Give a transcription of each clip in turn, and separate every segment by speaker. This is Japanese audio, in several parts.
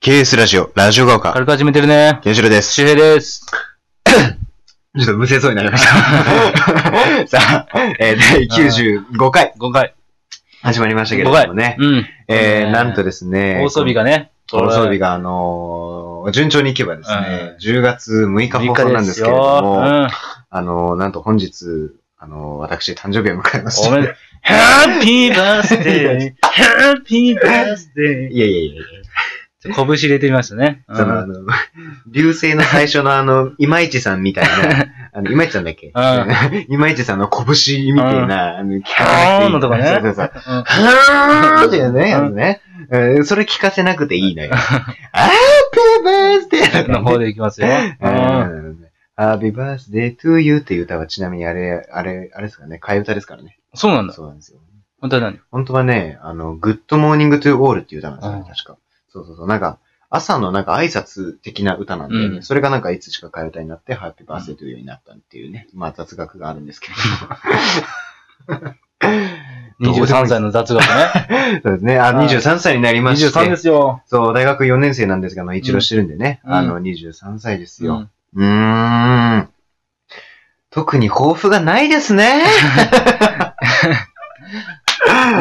Speaker 1: KS ラジオ、ラジオが丘、
Speaker 2: 軽く始めてるね。
Speaker 1: ケンシロウです。
Speaker 2: 周平です。
Speaker 1: ちょっとむせそうになりま した。さあ、えー第95回
Speaker 2: 5回。
Speaker 1: 始まりましたけれどもね。
Speaker 2: うん。
Speaker 1: えー
Speaker 2: ね
Speaker 1: なんとですね、
Speaker 2: 大装備がね。
Speaker 1: 大装備が、あのー順調にいけばですね、10月6日放送なんですけれども、
Speaker 2: うん、
Speaker 1: あのーなんと本日、あのー私、誕生日を迎えまし
Speaker 2: おめ
Speaker 1: た。
Speaker 2: で、ハッピーバースデー、ハッピーバースデー。
Speaker 1: いやいやいやいや、
Speaker 2: 拳入れてみましたね。う
Speaker 1: その、あ
Speaker 2: ん
Speaker 1: の、流星の最初のあの、今市さんみたい な、あの、今市さんだっけ 今市さんの拳みたいな、あの、聞かなくていい。
Speaker 2: はーんのとこね
Speaker 1: そうそうそう。
Speaker 2: うん
Speaker 1: はーんっていうね、やつね。うんそれ聞かせなくていいのよ。ハッピーバースデー
Speaker 2: の方でいきますよ。うん
Speaker 1: ハッピーバースデートゥーユーっていう歌はちなみにあれ、あれ、あれですかね、替え歌ですからね。
Speaker 2: そうなんだ。
Speaker 1: そうなんですよ。
Speaker 2: 本当は何
Speaker 1: 本当はね、あの、グッドモーニングトゥーオールっていう歌なんですよ
Speaker 2: うん
Speaker 1: ね、確か。そうそうそう。なんか、朝のなんか挨拶的な歌なんで、
Speaker 2: うん
Speaker 1: それがなんかいつしか替え歌になって、ハッピーバースデーというようになったっていうね、まあ雑学があるんですけれ ども。
Speaker 2: ?23 歳の雑学 ね。
Speaker 1: そうですね。あ、
Speaker 2: はい
Speaker 1: 23歳になりまして。
Speaker 2: 23ですよ。
Speaker 1: そう、大学4年生なんですが、あの、一浪してるんでね。
Speaker 2: うん
Speaker 1: あの、23歳です
Speaker 2: う
Speaker 1: よ。
Speaker 2: ん
Speaker 1: うーん。特に抱負がないです ね。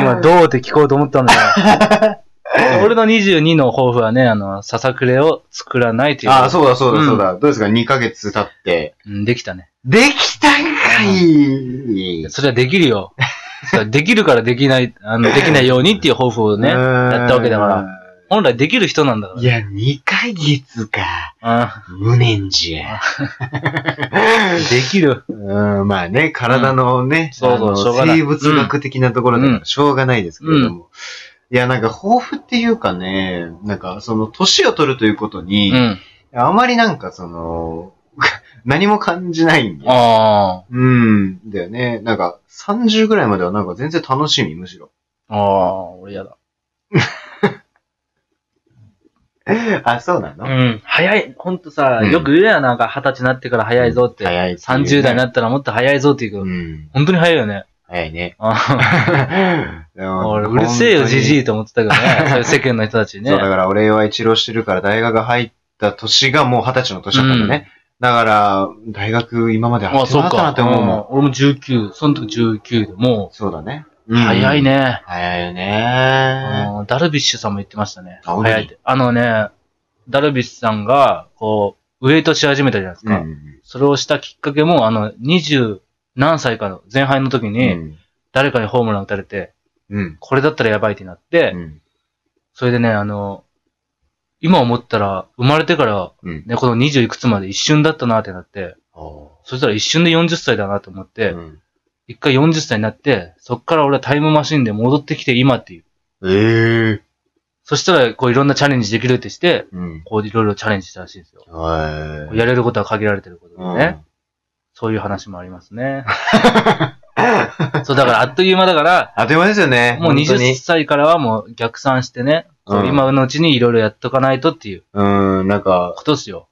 Speaker 2: 今、どうって聞こうと思ったん だよ。俺の22の抱負はね、あの、ささくれを作らないという。
Speaker 1: あ、そうだそうだそうだ。どうですか ?2 ヶ月経って。
Speaker 2: うん。できたね。
Speaker 1: できたんかい
Speaker 2: それはできる よ。それはできるからできない、あの、できないようにっていう抱負をね、やったわけだから。本来できる人なんだか
Speaker 1: いや、2ヶ月か。
Speaker 2: ら。
Speaker 1: 無念じゃ。
Speaker 2: うん。できる。
Speaker 1: うん、まあね、体のね、
Speaker 2: うんそうそう
Speaker 1: あの
Speaker 2: しょうがない
Speaker 1: 生物学的なところだか
Speaker 2: う
Speaker 1: らしょうがないですけれども。いや、なんか、抱負っていうかね、なんか、その、年を取るということ
Speaker 2: う
Speaker 1: に、
Speaker 2: ん。
Speaker 1: あまりなんか、その、 何も感じないんだよ。
Speaker 2: あ
Speaker 1: うん、だよね。なんか、30ぐらいまではなんか全然楽しみ、むしろ。
Speaker 2: あ。ああ、俺やだ。
Speaker 1: あ、そうなの、
Speaker 2: うん。早い。ほんとさ、
Speaker 1: うん
Speaker 2: よく言うやんなんか、二十歳になってから早いぞって。
Speaker 1: 早いっていうね
Speaker 2: 30代になったらもっと早いぞって言う
Speaker 1: う
Speaker 2: けど、
Speaker 1: ん。
Speaker 2: 本当に早いよね。。
Speaker 1: 早いね
Speaker 2: あ
Speaker 1: で
Speaker 2: あ
Speaker 1: も
Speaker 2: 俺、うるせえよ、じじ
Speaker 1: い
Speaker 2: いと思ってたけどね。そういう世間の人たちね
Speaker 1: そう、。だから俺は一浪してるから大学入った年がもう二十歳の年だったんだね。だから、大学今まで入
Speaker 2: あ
Speaker 1: ってなかったなって思うもん。
Speaker 2: うん俺も19、その時19でも
Speaker 1: そうだね。
Speaker 2: う、早い。ね。
Speaker 1: 早いよね。
Speaker 2: うんダルビッシュさんも言ってましたね。
Speaker 1: あ本当に
Speaker 2: 早いって。あのね、ダルビッシュさんが、こう、ウエイトし始めたじゃないです
Speaker 1: う
Speaker 2: か。
Speaker 1: ん。
Speaker 2: それをしたきっかけも、あの、二十何歳かの前半の時
Speaker 1: う
Speaker 2: に、
Speaker 1: ん。
Speaker 2: 誰かにホームラン打たれて、
Speaker 1: うん。
Speaker 2: これだったらやばいってなって、
Speaker 1: うん。
Speaker 2: それでね、あの、今思ったら、生まれてから、
Speaker 1: うん。
Speaker 2: ね、この20いくつまで一瞬だったなってなって、
Speaker 1: お
Speaker 2: そしたら一瞬で40歳だなと思っ
Speaker 1: ー
Speaker 2: て
Speaker 1: う、ん
Speaker 2: 一、回40歳になって、そっから俺はタイムマシンで戻ってきて今っていう。
Speaker 1: ええ。
Speaker 2: そしたら、こういろんなチャレンジできるってして、
Speaker 1: うん。
Speaker 2: こういろいろチャレンジしたらしいですよ。
Speaker 1: はい。
Speaker 2: やれることは限られてることでね。
Speaker 1: うん。
Speaker 2: そういう話もありま すね。そう、だからあっという間だから、
Speaker 1: あっという間ですよね。
Speaker 2: もう
Speaker 1: 本当に
Speaker 2: 20歳からはもう逆算してね、
Speaker 1: うん
Speaker 2: 今のうちにいろいろやっとかないとっていう
Speaker 1: うん、なんか、
Speaker 2: ことですよ。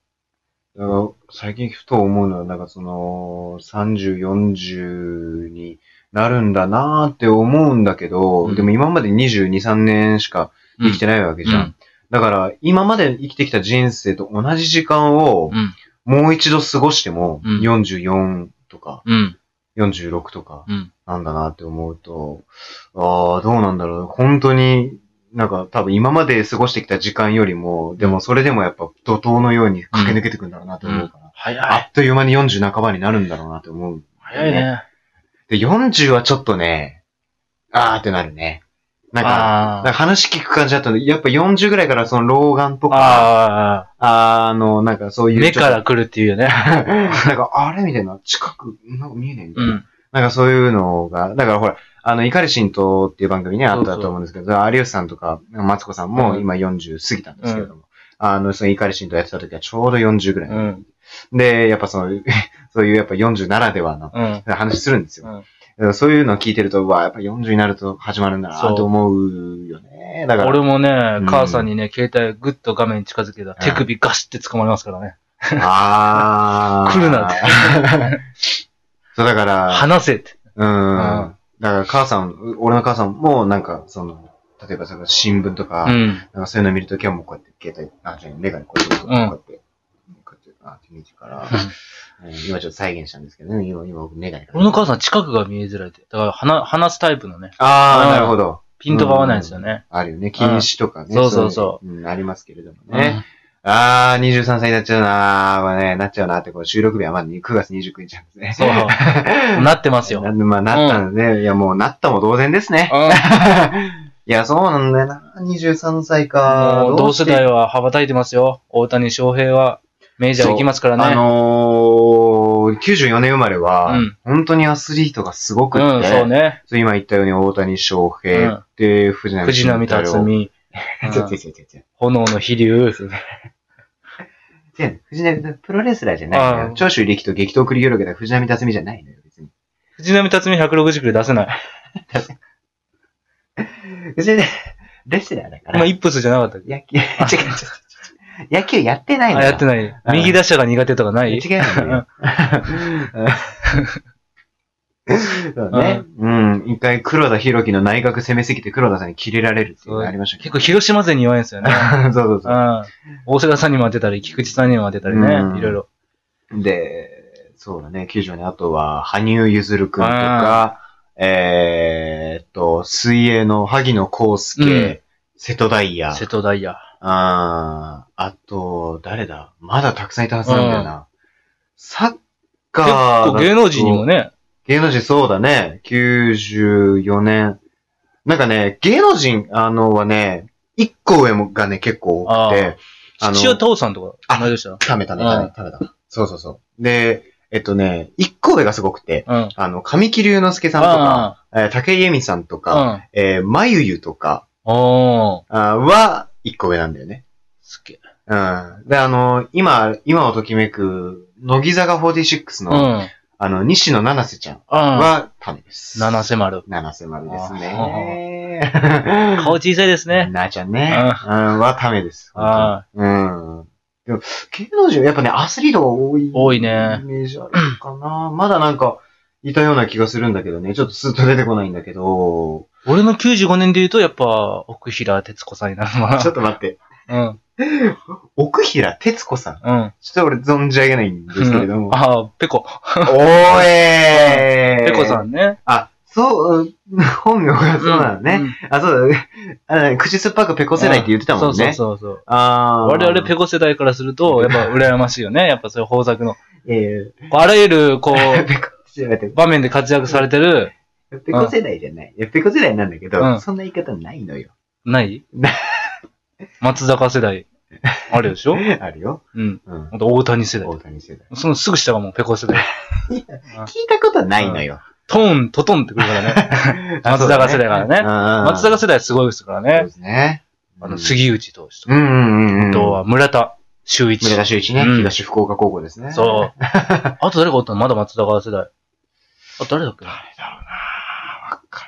Speaker 1: あの最近ふと思うのは、なんかその、30、40になるんだなーって思うんだけど、
Speaker 2: うん
Speaker 1: でも今まで22、3年しか
Speaker 2: うん
Speaker 1: 生きてないわけじゃん。
Speaker 2: うん
Speaker 1: だから、今まで生きてきた人生と同じ時間を、
Speaker 2: うん
Speaker 1: もう一度過ごしても、
Speaker 2: うん
Speaker 1: 44とか、
Speaker 2: うん。
Speaker 1: 46とか、
Speaker 2: うん。
Speaker 1: なんだなって思うと、ああ、どうなんだろう。本当に、なんか多分今まで過ごしてきた時間よりも、でもそれでもやっぱ怒涛のように駆け抜けてくんだろうなって思うから。
Speaker 2: 早
Speaker 1: あ。っという間に40半ばになるんだろうなって思う。
Speaker 2: 早いね。
Speaker 1: で、40はちょっとね、あーってなるね。なんか、
Speaker 2: あ
Speaker 1: なん
Speaker 2: ー
Speaker 1: か話聞く感じだったんで、やっぱ40ぐらいからその老眼とか、
Speaker 2: あ
Speaker 1: あの、なんかそうい
Speaker 2: ー。
Speaker 1: う。
Speaker 2: 目か
Speaker 1: ちょ
Speaker 2: ら
Speaker 1: っ
Speaker 2: 来るっていうよね。
Speaker 1: と。 なんか、あれみたいな、近く、なんか見えないみた
Speaker 2: う
Speaker 1: いな。
Speaker 2: ん。
Speaker 1: なんかそういうのが、だからほら、あの、怒り浸透っていう番組ね、あっ
Speaker 2: そう
Speaker 1: た
Speaker 2: そう
Speaker 1: と思うんですけど、有吉さんとか、マツコさん
Speaker 2: う
Speaker 1: も
Speaker 2: ん
Speaker 1: 今40過ぎたんですけれども、あの、その怒り浸透やってた時はちょうど40ぐらい。
Speaker 2: うん。
Speaker 1: で、やっぱその、 そういうやっぱ40ならではの
Speaker 2: うん。
Speaker 1: 話するんですよ。そういうのを聞いてると、うわ、やっぱ40になると始まるんだ
Speaker 2: そ
Speaker 1: な
Speaker 2: う
Speaker 1: と思うよね。だから、
Speaker 2: 俺もね
Speaker 1: うん、
Speaker 2: 母さんにね、携帯グッと画面近づけたら
Speaker 1: うん
Speaker 2: 手首ガシって捕まりますからね。
Speaker 1: あー。
Speaker 2: 来るなって。
Speaker 1: そう、だから、
Speaker 2: 話せって。
Speaker 1: うん。
Speaker 2: うん
Speaker 1: だから母さん、う俺の母さんもなんか、その、例えばその新聞とか、
Speaker 2: うん。
Speaker 1: なんかそういうの見るときはもうこうやって携帯、あ、じゃあメガネこうやって、こうやって、こうやって、あって見てから、えー今ちょっと再現したんですけどね、今、今僕メガネかけて
Speaker 2: 俺の母さん近くが見えづらいって。だから話、話すタイプのね、
Speaker 1: あ
Speaker 2: うん
Speaker 1: あ、なるほど。
Speaker 2: ピントが合わないんですよね。
Speaker 1: あるよね。禁止とかね。
Speaker 2: そうそうそう
Speaker 1: いうの。うん、ありますけれどもね。ああ、23歳になっちゃうなー、まあね、なっちゃうなーって、こう収録日はまだ9月29日なんですね。
Speaker 2: そう なってますよ。う。
Speaker 1: なんんでまあ、なったんでね、いや、もうなったも同然ですね。 いや、そうなんだよな。23歳か。
Speaker 2: もう同世
Speaker 1: して
Speaker 2: 代は羽ばたいてますよ。大谷翔平はメジャー行きますから
Speaker 1: あ
Speaker 2: ね。
Speaker 1: のー、94年生まれは、
Speaker 2: うん
Speaker 1: 本当にアスリートがすごくって、
Speaker 2: うん、そうね。
Speaker 1: そう今言ったように大谷翔平って、藤浪
Speaker 2: 藤浪
Speaker 1: 太郎
Speaker 2: 辰巳、
Speaker 1: ちょちょちょちょちょ
Speaker 2: 炎の飛竜。
Speaker 1: 違う藤浪達プロレスラーじゃないの
Speaker 2: あ
Speaker 1: よ
Speaker 2: ー。
Speaker 1: 長州力と激闘を繰り広げた藤浪辰巳じゃないのよ、別に。
Speaker 2: 藤浪辰巳160キロ出せない。
Speaker 1: 藤浪、レスラーだから。
Speaker 2: 今、イップスじゃなかったっけ
Speaker 1: 野球、違う違う違う。野球やってないの
Speaker 2: あ、
Speaker 1: よ。
Speaker 2: やってない。
Speaker 1: うん
Speaker 2: 右打者が苦手とかない
Speaker 1: 違うのよ。 そうね。うん。一回黒田博樹の内角攻めすぎて黒田さんに切れられるっていうのがありましたけ
Speaker 2: 結
Speaker 1: ど。
Speaker 2: 構広島勢に弱いんですよね。
Speaker 1: そうそう
Speaker 2: う
Speaker 1: そ
Speaker 2: ん。大瀬良さんにも当てたり、菊池さんにも当てたり
Speaker 1: う
Speaker 2: ね。
Speaker 1: ん
Speaker 2: いろいろ。
Speaker 1: う。で、そうだね、90年、あとは、羽生結弦くんとか、えーっと、水泳の萩野公介、
Speaker 2: うん
Speaker 1: 瀬戸大也、
Speaker 2: 瀬戸大也。
Speaker 1: あーあと、誰だまだたくさんいたはずなんだよな。サッカー
Speaker 2: 結
Speaker 1: だと。
Speaker 2: 構芸能人にもね。
Speaker 1: 芸能人そうだね。94年。なんかね、芸能人、あの、はね、一個上もがね、結構多くて。あの
Speaker 2: 父親父さんとか、
Speaker 1: あ
Speaker 2: 同じでした
Speaker 1: 食べたね、
Speaker 2: うん
Speaker 1: 食べた。そうそうそう。で、えっとね、一個上がすごくて、
Speaker 2: うん。
Speaker 1: あの、神木隆之介さんとか、えー竹井絵美さんと
Speaker 2: うん。う
Speaker 1: か、
Speaker 2: ん。
Speaker 1: えー、まゆゆとか
Speaker 2: おー。
Speaker 1: あーは、一個上なんだよね。
Speaker 2: すげえ。
Speaker 1: うん。で、あの、今、今をときめく、乃木坂46
Speaker 2: う
Speaker 1: の、
Speaker 2: ん。うん。
Speaker 1: あの、西野七瀬ちゃんは、タメです。
Speaker 2: 七瀬丸。
Speaker 1: 七瀬丸です
Speaker 2: 顔
Speaker 1: ね。
Speaker 2: 小さいですね。
Speaker 1: なあちゃんね。
Speaker 2: う
Speaker 1: うん、はためです。
Speaker 2: あ
Speaker 1: 本当にうん。でも、芸能人はやっぱね、アスリートが多い。
Speaker 2: 多いね
Speaker 1: イメージあるか な。まだなんか、いたような気がするんだけどね。ちょっとスッと出てこないんだけど。
Speaker 2: 俺の95年で言うと、やっぱ、奥平哲子さんになるわ
Speaker 1: ちょっと待って。
Speaker 2: うん。
Speaker 1: 奥平哲子さん。
Speaker 2: うん。
Speaker 1: ちょっと俺存じ上げないんですけれども。
Speaker 2: ああ、ペコ。
Speaker 1: おーえー
Speaker 2: ペコさ。んね。
Speaker 1: あ、そう、うん本名がそうなのね。
Speaker 2: ん。
Speaker 1: あ、そうだね。あ口酸っぱくペコ世代って言ってたもんね。
Speaker 2: そうそうそうそう。
Speaker 1: ああ。
Speaker 2: 我々ペコ世代からすると、やっぱ羨ましいよね。やっぱそういう豊作の。
Speaker 1: え
Speaker 2: こうあらゆる、こ
Speaker 1: え
Speaker 2: う、
Speaker 1: ペコ、ちょっと待っ
Speaker 2: 場面で活躍されてる、
Speaker 1: て、ペコ世代じゃない。いやペコ世代なんだけど、
Speaker 2: うん
Speaker 1: そんな言い方ないのよ。
Speaker 2: ない
Speaker 1: な
Speaker 2: 松坂世代、あるでしょ
Speaker 1: あるよ。
Speaker 2: うん。
Speaker 1: うん。
Speaker 2: あと大谷世代
Speaker 1: 大。谷世代。
Speaker 2: そのすぐ下がもうペコ世代。
Speaker 1: 聞いたことないのよ。
Speaker 2: トーン、トトンってくるからね。
Speaker 1: あ
Speaker 2: 松
Speaker 1: そうだ
Speaker 2: 坂
Speaker 1: ね
Speaker 2: 世代からね。松
Speaker 1: 松
Speaker 2: 坂世代すごいですから
Speaker 1: そう
Speaker 2: ね
Speaker 1: で。すね。
Speaker 2: あ
Speaker 1: う
Speaker 2: の、
Speaker 1: ん。
Speaker 2: 杉内投手と
Speaker 1: う
Speaker 2: か、
Speaker 1: んうんうん。
Speaker 2: あとは村田修一。
Speaker 1: 村田修一ね、
Speaker 2: うん
Speaker 1: 東福岡高校ですね。
Speaker 2: そう。あと誰がおったのまだ松坂世代。あ、誰だっけな
Speaker 1: 誰だろうなわか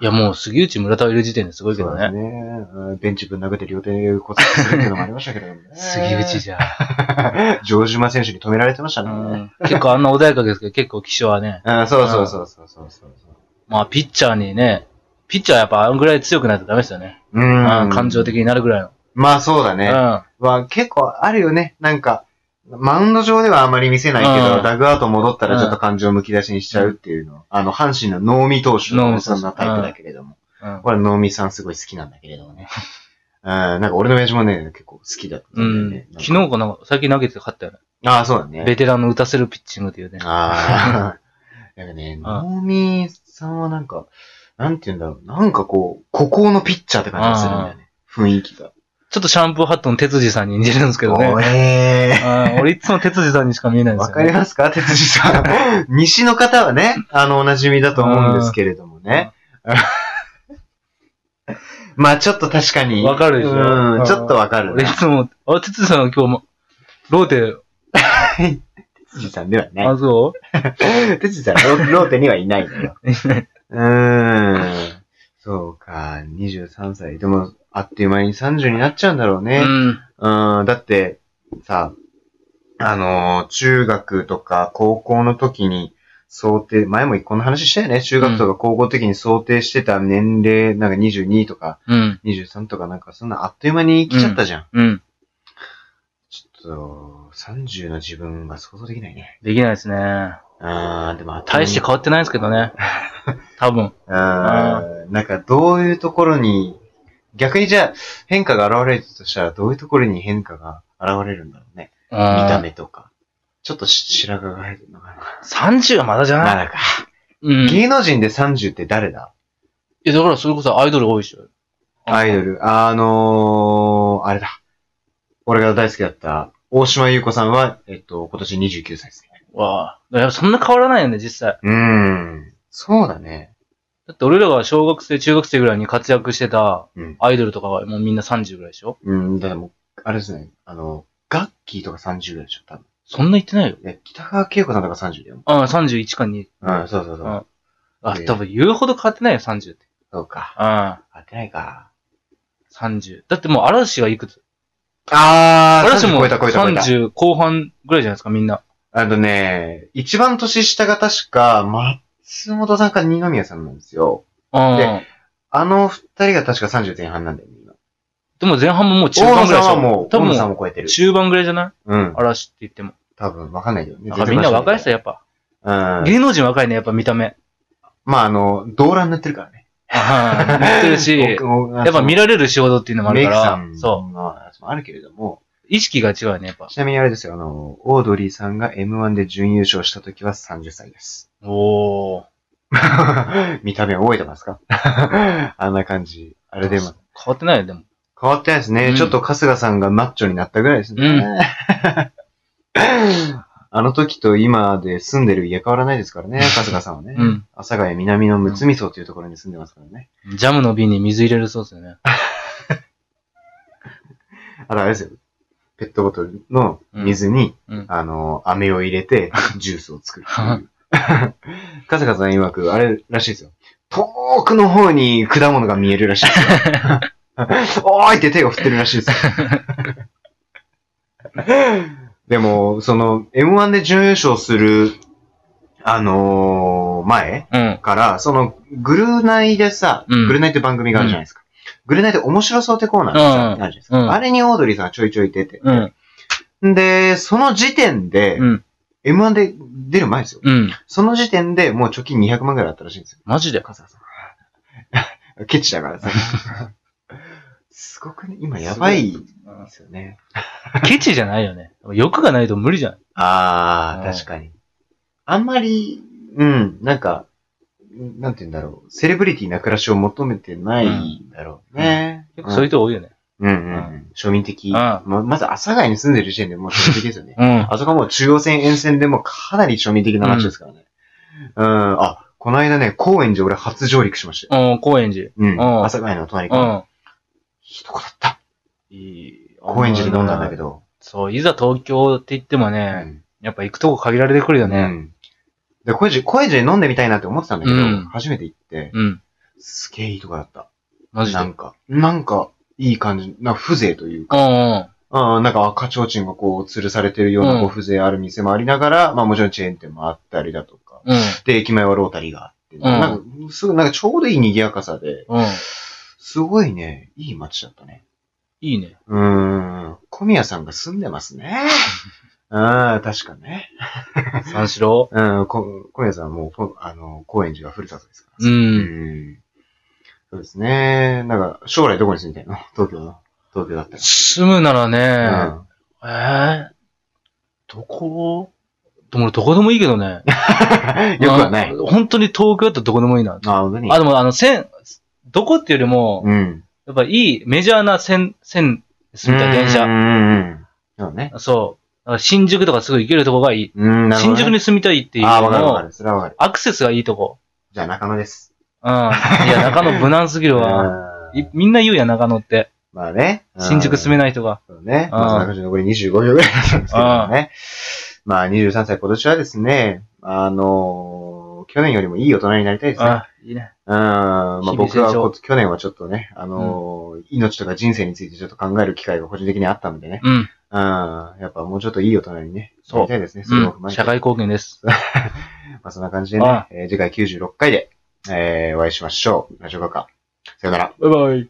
Speaker 1: ん
Speaker 2: いや、もう杉内村田をいる時点ですご
Speaker 1: ない
Speaker 2: いけど
Speaker 1: そうで
Speaker 2: ね。。
Speaker 1: すうんベンチぶん殴って両手骨折するっていうのもありましたけれどもね
Speaker 2: 杉内じゃ。
Speaker 1: ジョージマ選手に止められてました
Speaker 2: う
Speaker 1: ね。
Speaker 2: ん結構あんな穏やかですけど、結構気象はね。
Speaker 1: うん、そうそうそうそうそうそうそう。
Speaker 2: まあ、ピッチャーにね、ピッチャーはやっぱあんぐらい強くないとダメですよね。
Speaker 1: う
Speaker 2: うん
Speaker 1: ん。
Speaker 2: 感情的。になるぐらいの。
Speaker 1: まあそうだね。
Speaker 2: うん。
Speaker 1: は結構あるよね。なんか、マウンド上ではあまり見せないけど、
Speaker 2: うん
Speaker 1: ダグアウト戻った
Speaker 2: う
Speaker 1: ら
Speaker 2: ん
Speaker 1: ちょっと感情むき出しにしちゃうっていうの。あの、阪神の能見投手
Speaker 2: 能見
Speaker 1: の
Speaker 2: 投手
Speaker 1: そんなタイプだけれども。
Speaker 2: うん
Speaker 1: 俺は能見さんすごい好きなんだけれども ね。うん、なんか俺の親父もね、結構好きだった
Speaker 2: うん
Speaker 1: だよ
Speaker 2: ん
Speaker 1: ね。。
Speaker 2: 昨日かなんか、最近投げて勝ったよね。
Speaker 1: ああ、そうだ
Speaker 2: ベ
Speaker 1: ね。
Speaker 2: テランの打たせるピッチングっていうね。
Speaker 1: ああ。 なんかね、能見さんはなんか、なんて言うんだろう。なんかこう、孤高のピッチャーって感じがするんだよね。雰囲気が。
Speaker 2: ちょっとシャンプーハットの哲司さんに似てるんですけどね。
Speaker 1: おえー
Speaker 2: うん俺いつも哲司さんにしか見えないんです
Speaker 1: わ
Speaker 2: よ、
Speaker 1: か
Speaker 2: ね。
Speaker 1: りますか哲 司さん。西の方はね、あの、お馴染みだと思うんですけれどもね。まあ、ちょっと確かに。
Speaker 2: わかるでしょ
Speaker 1: う
Speaker 2: うん
Speaker 1: ん、ちょっとわかる
Speaker 2: 俺い
Speaker 1: な。
Speaker 2: つも、あ、哲司さんは今日も、ローテ、
Speaker 1: 哲司さんではない。
Speaker 2: あ、そ
Speaker 1: 哲司さんロ、ローテにはいないの よ。うーん。そうか、23歳。でも、あっという間に30になっちゃうんだろう
Speaker 2: う
Speaker 1: ね。
Speaker 2: うん。
Speaker 1: うん、だって、さ、あのー中学とか高校の時に、想定、前もこの話したよね。中学とか高校的に想定してた年齢、なんか22とか
Speaker 2: うん。
Speaker 1: 23とかなんかそんなあっという間に来ちゃったじゃん。
Speaker 2: うん。
Speaker 1: ちょっと、30の自分が想像できないね。
Speaker 2: できないですね。
Speaker 1: あー、でも、
Speaker 2: 大して変わってないんですけどね。多分。
Speaker 1: あーなんかどういうところに、逆にじゃあ変化が現れるとしたらどういうところに変化が現れるんだろうね。
Speaker 2: 見
Speaker 1: 見た
Speaker 2: た。
Speaker 1: 目とか。ちょっとし白髪が入るのかな。
Speaker 2: 30はまだじゃ
Speaker 1: ま
Speaker 2: ない
Speaker 1: だか。
Speaker 2: うん。い
Speaker 1: 芸能人で30って誰だ
Speaker 2: や、だからそれこそアイドル多いでしょ。
Speaker 1: アイド
Speaker 2: ル。
Speaker 1: ル。あのー、あれだ。俺が大好きだった、大島優子さんは、えっと、今年29歳ですね。
Speaker 2: わあ。だからそんな変わらないよね、実際。
Speaker 1: うーん。そうだね。
Speaker 2: だって俺らが小学生、中学生ぐらいに活躍してた
Speaker 1: うん
Speaker 2: アイドルとかがもうみんな30ぐらいでしょ
Speaker 1: うん、だからもう、あれですね。あの、ガッキーとか30ぐらいでしょ、多分。
Speaker 2: そんな言ってないよ。
Speaker 1: いや北川景子さんとか30だよ。
Speaker 2: ああ、31か2。
Speaker 1: うん、そうそうそう。
Speaker 2: うんあ、
Speaker 1: ええ
Speaker 2: 多分言うほど変わってないよ、30って。
Speaker 1: そうか。
Speaker 2: うん。
Speaker 1: 当てないか。
Speaker 2: 30。だってもう嵐がいくつ
Speaker 1: あー、
Speaker 2: 嵐
Speaker 1: 30
Speaker 2: も
Speaker 1: 超えた超えた超えた。
Speaker 2: 30後半ぐらいじゃないですか、みんな。
Speaker 1: あのね、一番年下が確か、松本さんか二宮さんなんですよ。
Speaker 2: うん。
Speaker 1: であの二人が確か30前半なんだよね、今。
Speaker 2: でも前半ももう中
Speaker 1: 大野
Speaker 2: 盤ぐ
Speaker 1: さ
Speaker 2: らい
Speaker 1: ん
Speaker 2: でし
Speaker 1: は
Speaker 2: ょ。
Speaker 1: もう、
Speaker 2: 多
Speaker 1: 大野さん
Speaker 2: 分、
Speaker 1: も超えてる。
Speaker 2: 中盤ぐらいじゃない
Speaker 1: うん。
Speaker 2: 嵐って言っても。
Speaker 1: 多分、わかんないけどね。
Speaker 2: なんかみんな若い人
Speaker 1: や。
Speaker 2: やっ
Speaker 1: う
Speaker 2: ぱ。
Speaker 1: ん。
Speaker 2: 芸能人若いね、やっぱ見 た目。
Speaker 1: まあ、あの、動乱塗ってるからね。
Speaker 2: うん見ってるし、や
Speaker 1: や
Speaker 2: っぱ見られる仕事っていうのもあ
Speaker 1: メ
Speaker 2: る
Speaker 1: イ
Speaker 2: か
Speaker 1: クさ
Speaker 2: ら
Speaker 1: ん、
Speaker 2: そう。
Speaker 1: う。あるけれども、
Speaker 2: 意識が違うよね、やっぱ。
Speaker 1: ちなみにあれですよ、あの、オードリーさんが M1 で準優勝した時は30歳です。
Speaker 2: おー。
Speaker 1: 見た目覚えてますか あんな感じ。あれでも。
Speaker 2: 変わってないよ、でも。
Speaker 1: 変わってないですね。
Speaker 2: うん
Speaker 1: ちょっと春日さんがマッチョになったぐらいですね。
Speaker 2: う
Speaker 1: あの時と今で住んでる家変わらないですからね、春日さんはね。
Speaker 2: うん。
Speaker 1: 阿佐ヶ谷南のむつみ荘というところに住んでますからね。
Speaker 2: ジャムの瓶に水入れるそうですよね。
Speaker 1: あとあれですよ。ペットボトルの水に、
Speaker 2: うんうん
Speaker 1: あの、飴を入れ て、ジュースを作るって いう。春日さん曰く、あれらしいですよ。遠くの方に果物が見えるらしいですよ。 おーいって手を振ってるらしいですよ。でも、その、M1 で準優勝する、あのー前、
Speaker 2: うん。
Speaker 1: から、その、グルナイでさ、
Speaker 2: うん
Speaker 1: グルナイって番組があるじゃないですか。グルナイで面白そうってコーナーがさある
Speaker 2: うん
Speaker 1: じゃないですか。
Speaker 2: うん
Speaker 1: あれにオードリーさんがちょいちょい出て。
Speaker 2: うん。
Speaker 1: で、その時点で、
Speaker 2: うん
Speaker 1: M1 で出る前ですよ。
Speaker 2: うん。
Speaker 1: その時点でもう貯金200万ぐらいあったらしいんですよ。
Speaker 2: マジで。
Speaker 1: 春日さん ケチだ からさ。すごくね、今やばいですよね。
Speaker 2: ケチじゃないよね。欲がないと無理じゃない。
Speaker 1: あ
Speaker 2: う
Speaker 1: あ、
Speaker 2: ん
Speaker 1: 確かに。あんまり、うん、なんか、なんて言うんだろう。セレブリティな暮らしを求めてないんだろうね。
Speaker 2: 結構そういう人多いよね。
Speaker 1: うんうんうんうん庶民的。
Speaker 2: うん。
Speaker 1: ままず、阿佐ヶ谷に住んでる時点でもう庶民的ですよね
Speaker 2: うん。
Speaker 1: あそこはもう中央線沿線でもかなり庶民的な街ですからね。うん、あ、この間ね、高円寺俺初上陸しましたよ。
Speaker 2: うん、高円寺。
Speaker 1: うん。
Speaker 2: ん
Speaker 1: 阿佐ヶ谷の隣から。
Speaker 2: う
Speaker 1: ひどこだった。
Speaker 2: ん。いい
Speaker 1: 高円寺で飲んだんだけ。ど。
Speaker 2: そう、いざ東京って言っても
Speaker 1: う
Speaker 2: ね、
Speaker 1: ん。
Speaker 2: やっぱ行くとこ限られてくるよ
Speaker 1: う
Speaker 2: ね。
Speaker 1: んで、高円寺、高円寺で飲んでみたいなって思ってたんだけど、
Speaker 2: うん
Speaker 1: 初めて行って、
Speaker 2: うん。
Speaker 1: すげえいいとこだった。
Speaker 2: マジで。
Speaker 1: な
Speaker 2: うん
Speaker 1: んか、なんか、いい感じ、なんか風情というか、
Speaker 2: うん。
Speaker 1: あーなんか赤ちょうちんがこう、吊るされてるような
Speaker 2: うん
Speaker 1: こう風情ある店もありながら、まあもちろんチェーン店もあったりだとか、
Speaker 2: うん。
Speaker 1: で、駅前はロータリーがあって、
Speaker 2: ん
Speaker 1: なんか、すごいなんかちょうどいい賑やかさで、
Speaker 2: うん。
Speaker 1: すごいね、いい街だったね。
Speaker 2: いいね。
Speaker 1: うーん、小宮さんが住んでます ね。ああ、確かね。
Speaker 2: 三四郎。
Speaker 1: うん、こ小宮さんはもうこ、あの、高円寺がふるさとですから
Speaker 2: う。
Speaker 1: さうんん。そうですね。なんか、将来どこに住みたいの東京の。東京だった
Speaker 2: 住むなら
Speaker 1: ら。
Speaker 2: ね、
Speaker 1: うん。
Speaker 2: ええどこでも俺どこでもいいけどね。
Speaker 1: よくはない
Speaker 2: あ。の本当に東京だったらどこでもいいな。
Speaker 1: あ、本当に
Speaker 2: あ、でもあの、線、どこっていうよりも、
Speaker 1: うん。
Speaker 2: やっぱいいメジャーな線、線ですみたいな電
Speaker 1: う
Speaker 2: 車。
Speaker 1: んうんうん。そうね。
Speaker 2: そう。だから新宿とかすぐ行けるとこがいい。
Speaker 1: うん、なるほど
Speaker 2: 新
Speaker 1: ね。
Speaker 2: 宿に住みたいっていう
Speaker 1: あ、
Speaker 2: の
Speaker 1: わかるわか
Speaker 2: も、
Speaker 1: る。それはわかる。
Speaker 2: アクセスがいいとこ。
Speaker 1: じゃあ中野です。
Speaker 2: うん。いや、中野無難すぎるわ。
Speaker 1: うん
Speaker 2: いみんな言うやん、中野って。
Speaker 1: まあね。
Speaker 2: 新宿住め
Speaker 1: ない。
Speaker 2: ない人が。
Speaker 1: そうね。
Speaker 2: うん
Speaker 1: まあそんな感じで残り25秒ぐらいなんですけどね。まあ23歳今年はですね、あのー、去年よりもいい大人になりたいですね。
Speaker 2: あ、いいね。
Speaker 1: うん。まあ
Speaker 2: 日々
Speaker 1: 僕は
Speaker 2: 成長
Speaker 1: こ去年はちょっとね、あのー、命とか人生についてちょっと考える機会が個人的にあったのでね。
Speaker 2: うん。
Speaker 1: うん。やっぱもうちょっといい大人にね、
Speaker 2: そう
Speaker 1: なりたいですね。それを踏
Speaker 2: う
Speaker 1: まえ
Speaker 2: ん。
Speaker 1: て
Speaker 2: 社会貢献です。
Speaker 1: まあそんな感じでね、
Speaker 2: あ
Speaker 1: えー次回96回で、えーお会いしましょう。ラジオバカ。さよなら。
Speaker 2: バイバイ。